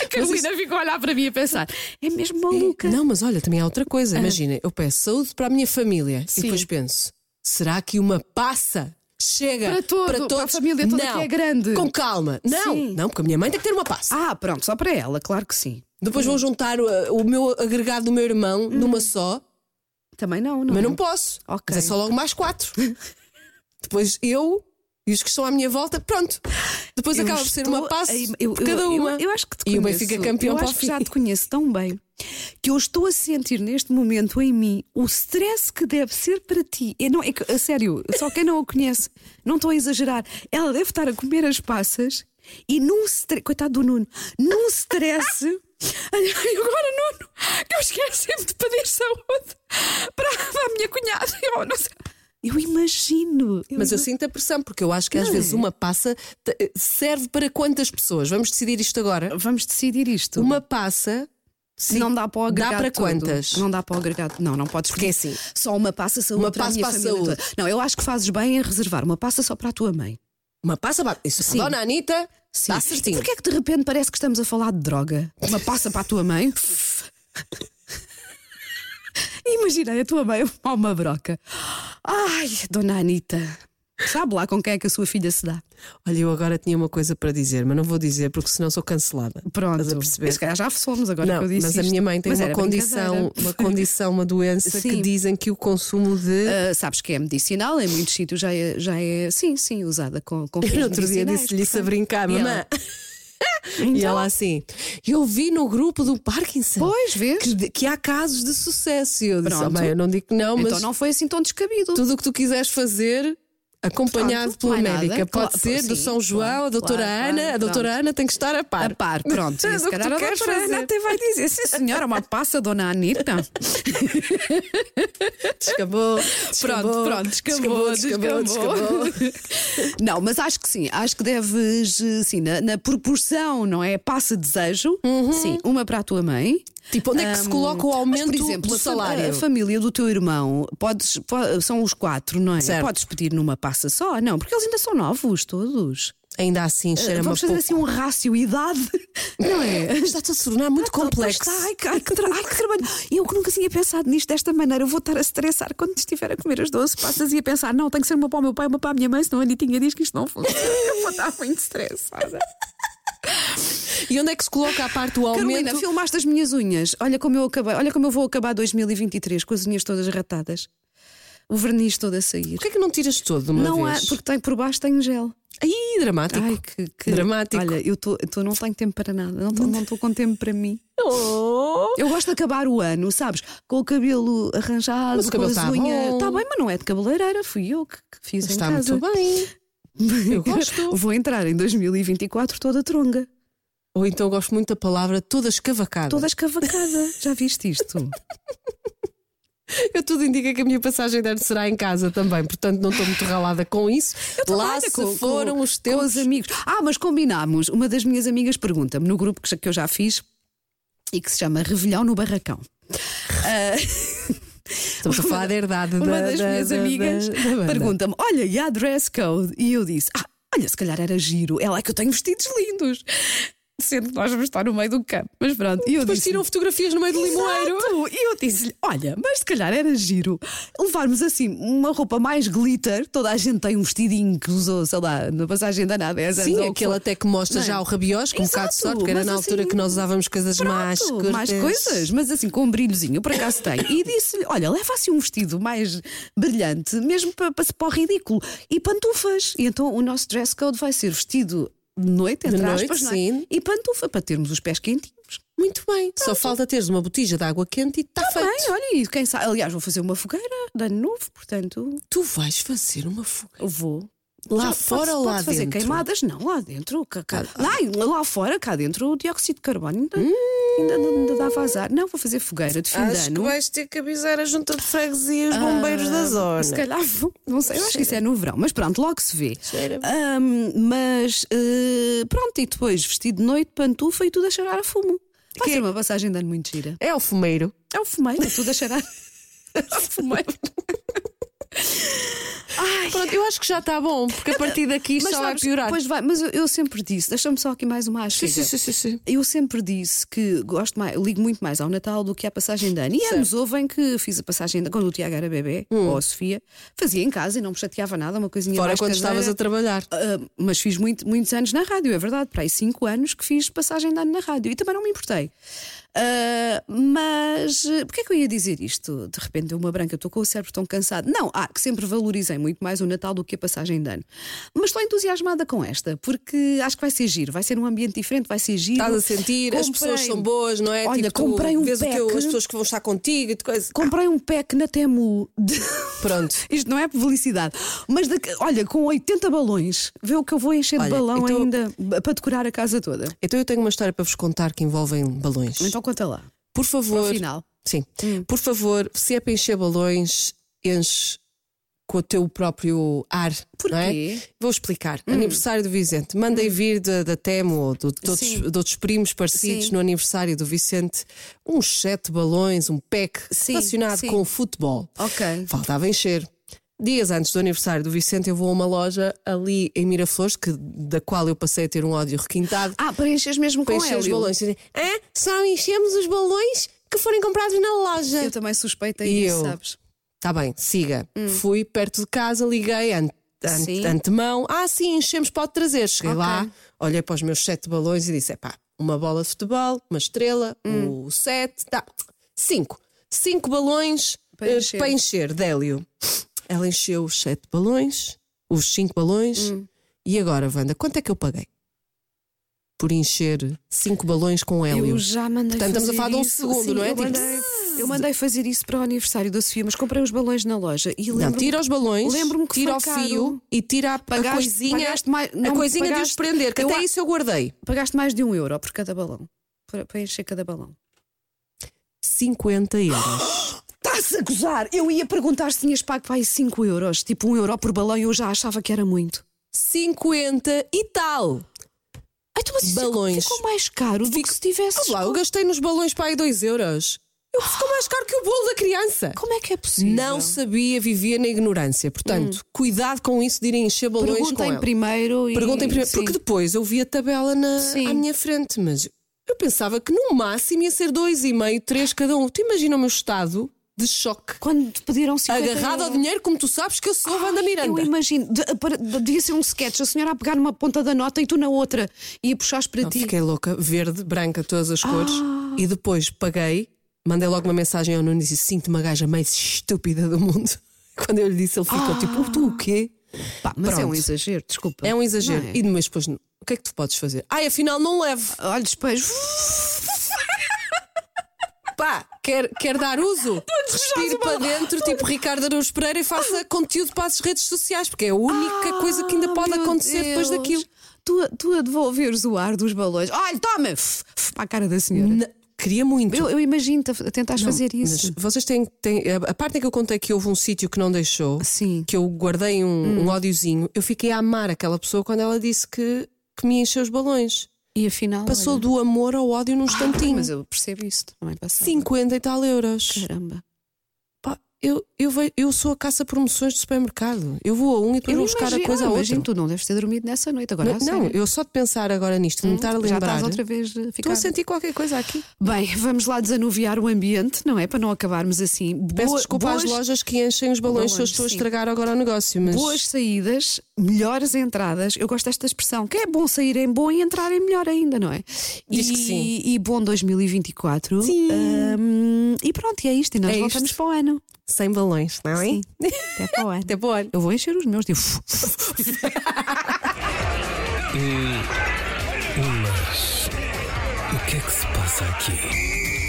[SPEAKER 2] A Carolina ficou a olhar para mim a pensar: é mesmo maluca.
[SPEAKER 3] Não, mas olha, também há outra coisa. Imagina, eu peço saúde para a minha família e
[SPEAKER 2] Ah. Sim.
[SPEAKER 3] depois penso: será que uma passa chega
[SPEAKER 2] Para todo, para a família toda que
[SPEAKER 3] Não.
[SPEAKER 2] é grande.
[SPEAKER 3] Com calma. Não,
[SPEAKER 2] Sim.
[SPEAKER 3] não, porque a minha mãe tem que ter uma passa.
[SPEAKER 2] Ah, pronto, só para ela, claro que sim.
[SPEAKER 3] Depois vou juntar uh, o, meu agregado do meu
[SPEAKER 2] Uhum.
[SPEAKER 3] irmão numa só,
[SPEAKER 2] Também não, não.
[SPEAKER 3] mas
[SPEAKER 2] é?
[SPEAKER 3] não posso.
[SPEAKER 2] Ok.
[SPEAKER 3] Mas é só logo mais
[SPEAKER 2] [LAUGHS]
[SPEAKER 3] quatro. depois eu e os que estão à minha volta, pronto. Depois
[SPEAKER 2] Eu
[SPEAKER 3] acaba por ser uma
[SPEAKER 2] estou
[SPEAKER 3] passa
[SPEAKER 2] a im-
[SPEAKER 3] por cada uma.
[SPEAKER 2] Eu, acho que te
[SPEAKER 3] E o
[SPEAKER 2] conheço.
[SPEAKER 3] Benfica campeão
[SPEAKER 2] eu
[SPEAKER 3] para
[SPEAKER 2] acho
[SPEAKER 3] o
[SPEAKER 2] que já
[SPEAKER 3] fim.
[SPEAKER 2] te conheço tão bem que eu estou a sentir neste momento em mim o stress que deve ser para ti. É, não, é que, a sério, só quem não a conhece, não estou a exagerar. Ela deve estar a comer as passas e num stress. Coitado do Nuno, num stress. [LAUGHS] Olha, e agora, Nuno, que eu esqueço sempre de pedir saúde para a minha cunhada. Eu, não sei. eu imagino. eu
[SPEAKER 3] Mas eu sinto a pressão, porque eu acho que às
[SPEAKER 2] é?
[SPEAKER 3] vezes uma passa te- eh, serve para quantas pessoas? Vamos decidir isto agora?
[SPEAKER 2] Vamos decidir isto.
[SPEAKER 3] Uma passa. se-
[SPEAKER 2] não dá para o agregado.
[SPEAKER 3] Dá para
[SPEAKER 2] todo.
[SPEAKER 3] quantas?
[SPEAKER 2] Não dá para o agregado. Não, não podes.
[SPEAKER 3] Porque é assim.
[SPEAKER 2] Só uma passa saúde
[SPEAKER 3] Uma
[SPEAKER 2] para a
[SPEAKER 3] passa
[SPEAKER 2] minha
[SPEAKER 3] para a
[SPEAKER 2] família
[SPEAKER 3] saúde.
[SPEAKER 2] toda. Não, eu acho que fazes bem em reservar uma passa só para a tua mãe.
[SPEAKER 3] Uma passa. ba- Isso, é
[SPEAKER 2] Sim.
[SPEAKER 3] Dona Anitta, está Tá certinho.
[SPEAKER 2] Porquê é que de repente parece que estamos a falar de droga? Uma passa para a tua mãe? [LAUGHS] Imaginei a tua mãe a fumar uma broca. Ai, dona Anita. Sabe lá com quem é que a sua filha se dá.
[SPEAKER 3] Olha, eu agora tinha uma coisa para dizer, mas não vou dizer porque senão sou cancelada.
[SPEAKER 2] Pronto.
[SPEAKER 3] Estás a perceber?
[SPEAKER 2] Se calhar já somos agora
[SPEAKER 3] Não,
[SPEAKER 2] que eu disse.
[SPEAKER 3] mas a
[SPEAKER 2] isto.
[SPEAKER 3] minha mãe tem
[SPEAKER 2] Mas
[SPEAKER 3] uma
[SPEAKER 2] era
[SPEAKER 3] condição,
[SPEAKER 2] brincadeira.
[SPEAKER 3] uma condição, uma doença que
[SPEAKER 2] Sim.
[SPEAKER 3] dizem que o consumo de.
[SPEAKER 2] Ah, sabes que é medicinal, em muitos sítios já é, já é sim, sim, usada com,
[SPEAKER 3] [LAUGHS]
[SPEAKER 2] com fins
[SPEAKER 3] [LAUGHS] no outro dia
[SPEAKER 2] medicinais,
[SPEAKER 3] disse-lhe isso a
[SPEAKER 2] portanto.
[SPEAKER 3] brincar,
[SPEAKER 2] E
[SPEAKER 3] mamãe.
[SPEAKER 2] ela-
[SPEAKER 3] [LAUGHS]
[SPEAKER 2] Então?
[SPEAKER 3] E ela assim, eu vi no grupo do Parkinson
[SPEAKER 2] Pois, vês?
[SPEAKER 3] que, que há casos de sucesso. E eu disse,
[SPEAKER 2] Pronto.
[SPEAKER 3] "Oh, mãe, eu não digo que não, mas
[SPEAKER 2] Então não foi assim tão descabido.
[SPEAKER 3] tudo o que tu quiseres fazer. Acompanhado
[SPEAKER 2] Pronto,
[SPEAKER 3] pela
[SPEAKER 2] mais nada.
[SPEAKER 3] médica,
[SPEAKER 2] Claro,
[SPEAKER 3] pode ser do
[SPEAKER 2] sim,
[SPEAKER 3] São João,
[SPEAKER 2] claro,
[SPEAKER 3] a doutora
[SPEAKER 2] claro,
[SPEAKER 3] Ana,
[SPEAKER 2] claro,
[SPEAKER 3] a doutora
[SPEAKER 2] pronto.
[SPEAKER 3] Ana tem que estar a par.
[SPEAKER 2] A par, pronto. E
[SPEAKER 3] [LAUGHS] Do
[SPEAKER 2] se
[SPEAKER 3] que
[SPEAKER 2] calhar
[SPEAKER 3] tu
[SPEAKER 2] a
[SPEAKER 3] queres
[SPEAKER 2] doutora Ana
[SPEAKER 3] fazer.
[SPEAKER 2] até vai dizer: Sim, senhora, uma passa, dona [LAUGHS] Anitta.
[SPEAKER 3] Descabou,
[SPEAKER 2] Pronto, pronto, descabou, descabou,
[SPEAKER 3] [LAUGHS]
[SPEAKER 2] Não, mas acho que sim, acho que deves, eh, sim, na, na proporção, não é? Passa desejo,
[SPEAKER 3] Uhum.
[SPEAKER 2] sim, uma para a tua mãe.
[SPEAKER 3] Tipo, onde é que se
[SPEAKER 2] Ahm,
[SPEAKER 3] coloca o
[SPEAKER 2] mas,
[SPEAKER 3] aumento
[SPEAKER 2] por exemplo,
[SPEAKER 3] do
[SPEAKER 2] a fa-
[SPEAKER 3] salário?
[SPEAKER 2] A família do teu irmão, podes, po- são os quatro, não é?
[SPEAKER 3] Certo.
[SPEAKER 2] Podes pedir numa passa só, não, porque eles ainda são novos todos.
[SPEAKER 3] Ainda assim, cheira uma
[SPEAKER 2] Vamos fazer
[SPEAKER 3] pouco.
[SPEAKER 2] assim um rácio idade, [LAUGHS] não é?
[SPEAKER 3] assim. Está-te a tornar muito [LAUGHS] complexo.
[SPEAKER 2] Pois Está, ai, que- ai, que tra- ai, que trabalho. Eu que nunca tinha pensado nisto desta maneira. Eu vou estar a estressar quando estiver a comer as 12 passas e a pensar: não, tem que ser uma para o meu pai, uma para a minha mãe, senão a Anitinha diz que isto não funciona. [LAUGHS] Eu vou estar muito estressada.
[SPEAKER 3] E onde é que se coloca a parte do aumento?
[SPEAKER 2] Carolina, filmaste as minhas unhas. Olha como eu acabei, olha como eu vou acabar 2023 com as unhas todas ratadas. O verniz todo a sair.
[SPEAKER 3] Porquê é que não tiras todo de uma
[SPEAKER 2] Não há,
[SPEAKER 3] vez?
[SPEAKER 2] porque tem por baixo tem gel.
[SPEAKER 3] Ai, dramático.
[SPEAKER 2] Ai, que, que-
[SPEAKER 3] Dramático.
[SPEAKER 2] Olha, eu, tô, eu tô- não tenho tempo para nada, não tô- não estou com tempo para mim.
[SPEAKER 3] Oh.
[SPEAKER 2] Eu gosto de acabar o ano, sabes? Com o cabelo arranjado,
[SPEAKER 3] Mas o cabelo
[SPEAKER 2] com as
[SPEAKER 3] tá
[SPEAKER 2] unhas.
[SPEAKER 3] bom.
[SPEAKER 2] Está bem, mas não é de cabeleireira, fui eu que, que fiz
[SPEAKER 3] Está
[SPEAKER 2] em casa.
[SPEAKER 3] muito bem. Eu [LAUGHS]
[SPEAKER 2] [LAUGHS]
[SPEAKER 3] gosto.
[SPEAKER 2] Vou entrar em 2024 toda tronga,
[SPEAKER 3] Ou então gosto muito da palavra toda escavacada.
[SPEAKER 2] toda escavacada. Já viste isto?
[SPEAKER 3] Eu tudo indica que a minha passagem de ano será em casa também, portanto não estou muito ralada com isso. Lá
[SPEAKER 2] Olha,
[SPEAKER 3] se
[SPEAKER 2] com-
[SPEAKER 3] foram
[SPEAKER 2] com-
[SPEAKER 3] os
[SPEAKER 2] com os
[SPEAKER 3] teus
[SPEAKER 2] amigos. Ah, mas combinámos. Uma das minhas amigas pergunta-me no grupo que, já- que eu já fiz e que se chama Revelhão no Barracão.
[SPEAKER 3] Estamos a falar da herdade
[SPEAKER 2] Uma
[SPEAKER 3] da,
[SPEAKER 2] das
[SPEAKER 3] da-
[SPEAKER 2] minhas
[SPEAKER 3] da-
[SPEAKER 2] amigas
[SPEAKER 3] da- da banda.
[SPEAKER 2] pergunta-me: Olha, e há dress code? E eu disse: Ah, olha, se calhar era giro. Ela é que eu tenho vestidos lindos. Sendo que nós vamos estar no meio do campo. Mas pronto, e eu
[SPEAKER 3] Depois
[SPEAKER 2] disse.
[SPEAKER 3] tiram fotografias no meio do limoeiro.
[SPEAKER 2] Exato! E eu disse-lhe: Olha, mas se calhar era giro levarmos assim uma roupa mais glitter. Toda a gente tem um vestidinho que usou, sei lá, na passagem da nada. é
[SPEAKER 3] Sim, aquele até que mostra
[SPEAKER 2] Não é?
[SPEAKER 3] já o rabiós, com um bocado de
[SPEAKER 2] Exato,
[SPEAKER 3] sorte, porque era
[SPEAKER 2] mas
[SPEAKER 3] na altura
[SPEAKER 2] assim,
[SPEAKER 3] que nós usávamos coisas
[SPEAKER 2] Pronto,
[SPEAKER 3] máscaras.
[SPEAKER 2] mais coisas, mas assim com um brilhozinho, eu por acaso tem. E disse-lhe: Olha, leva assim um vestido mais brilhante, mesmo para, para, para o ridículo, e pantufas. E então o nosso dress code vai ser vestido de noite, entre
[SPEAKER 3] De noite,
[SPEAKER 2] aspas, não é?
[SPEAKER 3] sim.
[SPEAKER 2] e pantufa, para termos os pés quentinhos.
[SPEAKER 3] Muito bem. Só falta teres uma botija de água quente e está feito.
[SPEAKER 2] Tá Bem, olha, e quem sabe. Aliás, vou fazer uma fogueira de ano novo, portanto,
[SPEAKER 3] Tu vais fazer uma fogueira.
[SPEAKER 2] eu vou.
[SPEAKER 3] Lá
[SPEAKER 2] Já
[SPEAKER 3] fora
[SPEAKER 2] pode,
[SPEAKER 3] ou lá
[SPEAKER 2] pode fazer
[SPEAKER 3] dentro? Ah,
[SPEAKER 2] queimadas? Não, lá dentro. Cá, cá- Lá, lá fora, cá dentro, o dióxido de carbono ainda,
[SPEAKER 3] Hum.
[SPEAKER 2] ainda, ainda dá vazar. Não, vou fazer fogueira de fim de ano.
[SPEAKER 3] vais ter que Ah, avisar a junta de freguesia e os
[SPEAKER 2] Se calhar, vou. não sei, eu acho que isso é no verão, mas pronto, logo se vê.
[SPEAKER 3] Cheira-me.
[SPEAKER 2] Ahm, mas eh, pronto, e depois vestido de noite, pantufa e tudo a cheirar a fumo. Vai ser uma passagem de ano muito gira.
[SPEAKER 3] É o fumeiro.
[SPEAKER 2] É um fumeiro, tudo a cheirar [LAUGHS] a fumeiro.
[SPEAKER 3] Pronto, eu acho que já está bom, porque a partir daqui isto
[SPEAKER 2] Mas
[SPEAKER 3] só vai
[SPEAKER 2] sabes,
[SPEAKER 3] piorar.
[SPEAKER 2] Pois vai, mas eu, eu sempre disse, deixa-me só aqui mais uma
[SPEAKER 3] Sim,
[SPEAKER 2] achega.
[SPEAKER 3] sim, sim, sim, sim.
[SPEAKER 2] Eu sempre disse que gosto mais, ligo muito mais ao Natal do que à passagem de ano. E anos houve em que fiz a passagem de quando o Tiago era bebê, ou a Sofia, fazia em casa e não me chateava nada, uma coisinha
[SPEAKER 3] Fora
[SPEAKER 2] mais
[SPEAKER 3] quando estavas
[SPEAKER 2] caseira.
[SPEAKER 3] a trabalhar.
[SPEAKER 2] Ah, mas fiz muito- muitos anos na rádio, é verdade, para aí 5 anos que fiz passagem de ano na rádio e também não me importei. Ah, mas ah, porquê é que eu ia dizer isto? De repente deu uma branca, estou com o cérebro tão cansado. Não, ah, que sempre valorizei muito mais o Natal do que a passagem de ano. Mas estou entusiasmada com esta, porque acho que vai ser giro, vai ser um ambiente diferente, vai ser giro.
[SPEAKER 3] Estás a sentir, as pessoas
[SPEAKER 2] Comprei-
[SPEAKER 3] são boas, não é?
[SPEAKER 2] Olha,
[SPEAKER 3] tipo, tu
[SPEAKER 2] comprei um
[SPEAKER 3] vês o teu,
[SPEAKER 2] pack.
[SPEAKER 3] as pessoas que vão estar contigo e de coisa.
[SPEAKER 2] Comprei um pack na Temu de- [LAUGHS]
[SPEAKER 3] Pronto.
[SPEAKER 2] Isto não é publicidade, mas da- olha, com 80 balões, vê o que eu vou encher de
[SPEAKER 3] Olha,
[SPEAKER 2] balão
[SPEAKER 3] então-
[SPEAKER 2] ainda b- para decorar a casa toda.
[SPEAKER 3] Então eu tenho uma história para vos contar que envolvem balões.
[SPEAKER 2] Então conta lá.
[SPEAKER 3] Por favor.
[SPEAKER 2] Afinal.
[SPEAKER 3] Sim.
[SPEAKER 2] Hum.
[SPEAKER 3] Por favor, se é para encher balões, enche com o teu próprio ar. não é?
[SPEAKER 2] Porquê? Hum.
[SPEAKER 3] Vou explicar. Aniversário do Vicente. Mandei vir da, da Temo ou do- de, outros,
[SPEAKER 2] Sim.
[SPEAKER 3] de outros primos parecidos
[SPEAKER 2] Sim.
[SPEAKER 3] no aniversário do Vicente uns sete balões, um pack
[SPEAKER 2] Sim,
[SPEAKER 3] relacionado
[SPEAKER 2] sim.
[SPEAKER 3] com o futebol.
[SPEAKER 2] Ok.
[SPEAKER 3] Faltava encher. Dias antes do aniversário do Vicente, eu vou a uma loja ali em Miraflores, que, da qual eu passei a ter um ódio requintado.
[SPEAKER 2] Ah, preenches mesmo com
[SPEAKER 3] Encher os
[SPEAKER 2] hélio.
[SPEAKER 3] balões. Ah, só enchemos os balões que forem comprados na
[SPEAKER 2] Eu Hum.
[SPEAKER 3] loja.
[SPEAKER 2] também suspeitei
[SPEAKER 3] E
[SPEAKER 2] isso,
[SPEAKER 3] eu?
[SPEAKER 2] sabes?
[SPEAKER 3] Tá bem, siga. Fui perto de casa, liguei an- an-
[SPEAKER 4] Sim.
[SPEAKER 3] antemão. Ah, sim, enchemos, pode trazer. Cheguei
[SPEAKER 4] Ok.
[SPEAKER 3] lá, olhei para os meus sete balões e disse: é pá, uma bola de futebol, uma estrela,
[SPEAKER 2] Hum.
[SPEAKER 3] o sete, tá, cinco. Cinco balões
[SPEAKER 2] Para
[SPEAKER 3] eh,
[SPEAKER 2] encher.
[SPEAKER 3] para encher, Délio. Ela encheu os sete balões, os cinco balões.
[SPEAKER 2] Hum.
[SPEAKER 3] E agora, Wanda, quanto é que eu paguei? Por encher cinco balões com hélio.
[SPEAKER 4] Eu já mandei
[SPEAKER 3] Portanto, estamos a
[SPEAKER 4] fazer
[SPEAKER 3] falar de um
[SPEAKER 4] isso.
[SPEAKER 3] segundo,
[SPEAKER 4] Sim,
[SPEAKER 3] não é?
[SPEAKER 4] Eu
[SPEAKER 3] Tipo,
[SPEAKER 4] mandei, eu mandei fazer isso para o aniversário da Sofia, mas comprei os balões na loja e
[SPEAKER 3] Não,
[SPEAKER 4] lembro-me
[SPEAKER 3] tira os balões,
[SPEAKER 4] lembro-me que
[SPEAKER 3] tira
[SPEAKER 4] foi
[SPEAKER 3] o
[SPEAKER 4] caro.
[SPEAKER 3] fio e tira a, a
[SPEAKER 2] Pagaste-
[SPEAKER 3] coisinha,
[SPEAKER 2] pagaste mais-
[SPEAKER 3] a
[SPEAKER 2] não,
[SPEAKER 3] coisinha de os
[SPEAKER 2] pagaste-
[SPEAKER 3] prender, que
[SPEAKER 2] eu
[SPEAKER 3] até
[SPEAKER 2] a-
[SPEAKER 3] isso eu guardei.
[SPEAKER 2] Pagaste mais de um euro por cada balão. Para, para encher cada balão.
[SPEAKER 3] 50 euros.
[SPEAKER 2] Estás a gozar! Eu ia perguntar se tinhas pago para aí 5 euros, tipo 1 um euro por balão, e eu já achava que era muito.
[SPEAKER 3] 50 e tal.
[SPEAKER 2] Ai, tu, mas isso
[SPEAKER 3] Balões.
[SPEAKER 2] Ficou, ficou mais caro do
[SPEAKER 3] Fico-
[SPEAKER 2] que se tivesse.
[SPEAKER 3] Mas lá, eu gastei nos balões para aí 2 euros. Eu ficou mais caro que o bolo da criança.
[SPEAKER 2] Como é que é possível?
[SPEAKER 3] Não sabia, vivia na ignorância. Portanto, cuidado com isso de irem encher balões com
[SPEAKER 2] Perguntem
[SPEAKER 3] ela.
[SPEAKER 2] primeiro e.
[SPEAKER 3] Perguntem primeiro,
[SPEAKER 2] Sim.
[SPEAKER 3] porque depois eu vi a tabela na,
[SPEAKER 4] Sim.
[SPEAKER 3] à minha frente, mas eu pensava que no máximo ia ser dois e meio, três cada um. Tu imagina o meu estado de choque,
[SPEAKER 2] Quando te pediram 50
[SPEAKER 3] agarrado ao
[SPEAKER 2] euros.
[SPEAKER 3] dinheiro, como tu sabes que eu sou a Wanda
[SPEAKER 2] Eu
[SPEAKER 3] Miranda.
[SPEAKER 2] imagino, de- para- de- devia ser um sketch, a senhora a pegar numa ponta da nota e tu na outra e a puxares para
[SPEAKER 3] Não,
[SPEAKER 2] ti.
[SPEAKER 3] Fiquei louca, verde, branca, todas as cores.
[SPEAKER 2] Ah.
[SPEAKER 3] E depois paguei, mandei logo uma mensagem ao Nuno e disse: Sinto uma gaja mais estúpida do mundo. [LAUGHS] Quando eu lhe disse, ele ficou tipo: Tu o quê?
[SPEAKER 2] Pá, mas é um
[SPEAKER 3] Pronto.
[SPEAKER 2] exagero, desculpa.
[SPEAKER 3] É um exagero.
[SPEAKER 2] Não é?
[SPEAKER 3] E mas depois, o que é que tu podes fazer? Ai, afinal não levo.
[SPEAKER 2] Olha, espelho.
[SPEAKER 3] Pá, quer, quer
[SPEAKER 2] [LAUGHS]
[SPEAKER 3] dar uso? Respiro para dentro, tipo Ricardo Araújo Pereira, e
[SPEAKER 2] Ah.
[SPEAKER 3] faça conteúdo para as redes sociais, porque é a única coisa que ainda pode
[SPEAKER 2] meu
[SPEAKER 3] acontecer depois
[SPEAKER 2] Deus.
[SPEAKER 3] daquilo.
[SPEAKER 2] Tu, tu a devolveres o ar dos balões. Olha, toma! F, f, para a cara da senhora.
[SPEAKER 3] Na- queria muito.
[SPEAKER 2] Eu, eu imagino-te a tentares fazer isso.
[SPEAKER 3] Mas vocês têm, têm- a- A parte em que eu contei que houve um sítio que não deixou,
[SPEAKER 2] Sim. Hum.
[SPEAKER 3] que eu guardei um, um ódiozinho, eu fiquei a amar aquela pessoa quando ela disse que, que me encheu os balões.
[SPEAKER 2] E afinal.
[SPEAKER 3] Passou um
[SPEAKER 2] olha, Ah,
[SPEAKER 3] do amor ao ódio num instantinho.
[SPEAKER 2] Mas é- eu percebo isso também. Passava.
[SPEAKER 3] 50 e tal euros.
[SPEAKER 2] Caramba.
[SPEAKER 3] Pá, eu, eu, vejo- eu sou a caça promoções de supermercado. Eu vou a um e depois vou buscar a coisa a
[SPEAKER 2] ah,
[SPEAKER 3] outra.
[SPEAKER 2] imagino, tu não deves ter dormido nessa noite agora.
[SPEAKER 3] Não,
[SPEAKER 2] a sério. Hum,
[SPEAKER 3] não, eu só de pensar agora nisto, de me estar a
[SPEAKER 2] Já
[SPEAKER 3] lembrar.
[SPEAKER 2] estás outra vez a
[SPEAKER 3] Estou
[SPEAKER 2] ficar.
[SPEAKER 3] a sentir qualquer coisa aqui.
[SPEAKER 2] Bem, [LAUGHS] vamos lá desanuviar o ambiente, não é? Para não acabarmos assim.
[SPEAKER 3] Peço
[SPEAKER 2] Boa-
[SPEAKER 3] desculpa
[SPEAKER 2] boas,
[SPEAKER 3] às lojas que enchem os balões, se eu
[SPEAKER 2] Balões,
[SPEAKER 3] estou a
[SPEAKER 2] sim.
[SPEAKER 3] estragar agora o negócio, mas
[SPEAKER 2] Boas saídas, melhores entradas. Eu gosto desta expressão, que é bom sair em bom e entrar em melhor ainda, não é?
[SPEAKER 3] Diz
[SPEAKER 2] e,
[SPEAKER 3] que sim.
[SPEAKER 2] e bom 2024.
[SPEAKER 3] Sim.
[SPEAKER 2] Ahm, e pronto, e é isto. E nós
[SPEAKER 3] É
[SPEAKER 2] voltamos
[SPEAKER 3] isto.
[SPEAKER 2] para o
[SPEAKER 3] [LAUGHS]
[SPEAKER 2] ano.
[SPEAKER 3] sem balões, não é?
[SPEAKER 2] Sim. Até para o ano.
[SPEAKER 3] Até boa.
[SPEAKER 2] Eu vou encher os
[SPEAKER 3] [LAUGHS]
[SPEAKER 2] meus. Digo, [LAUGHS]
[SPEAKER 1] Ulas. O que é que se passa aqui?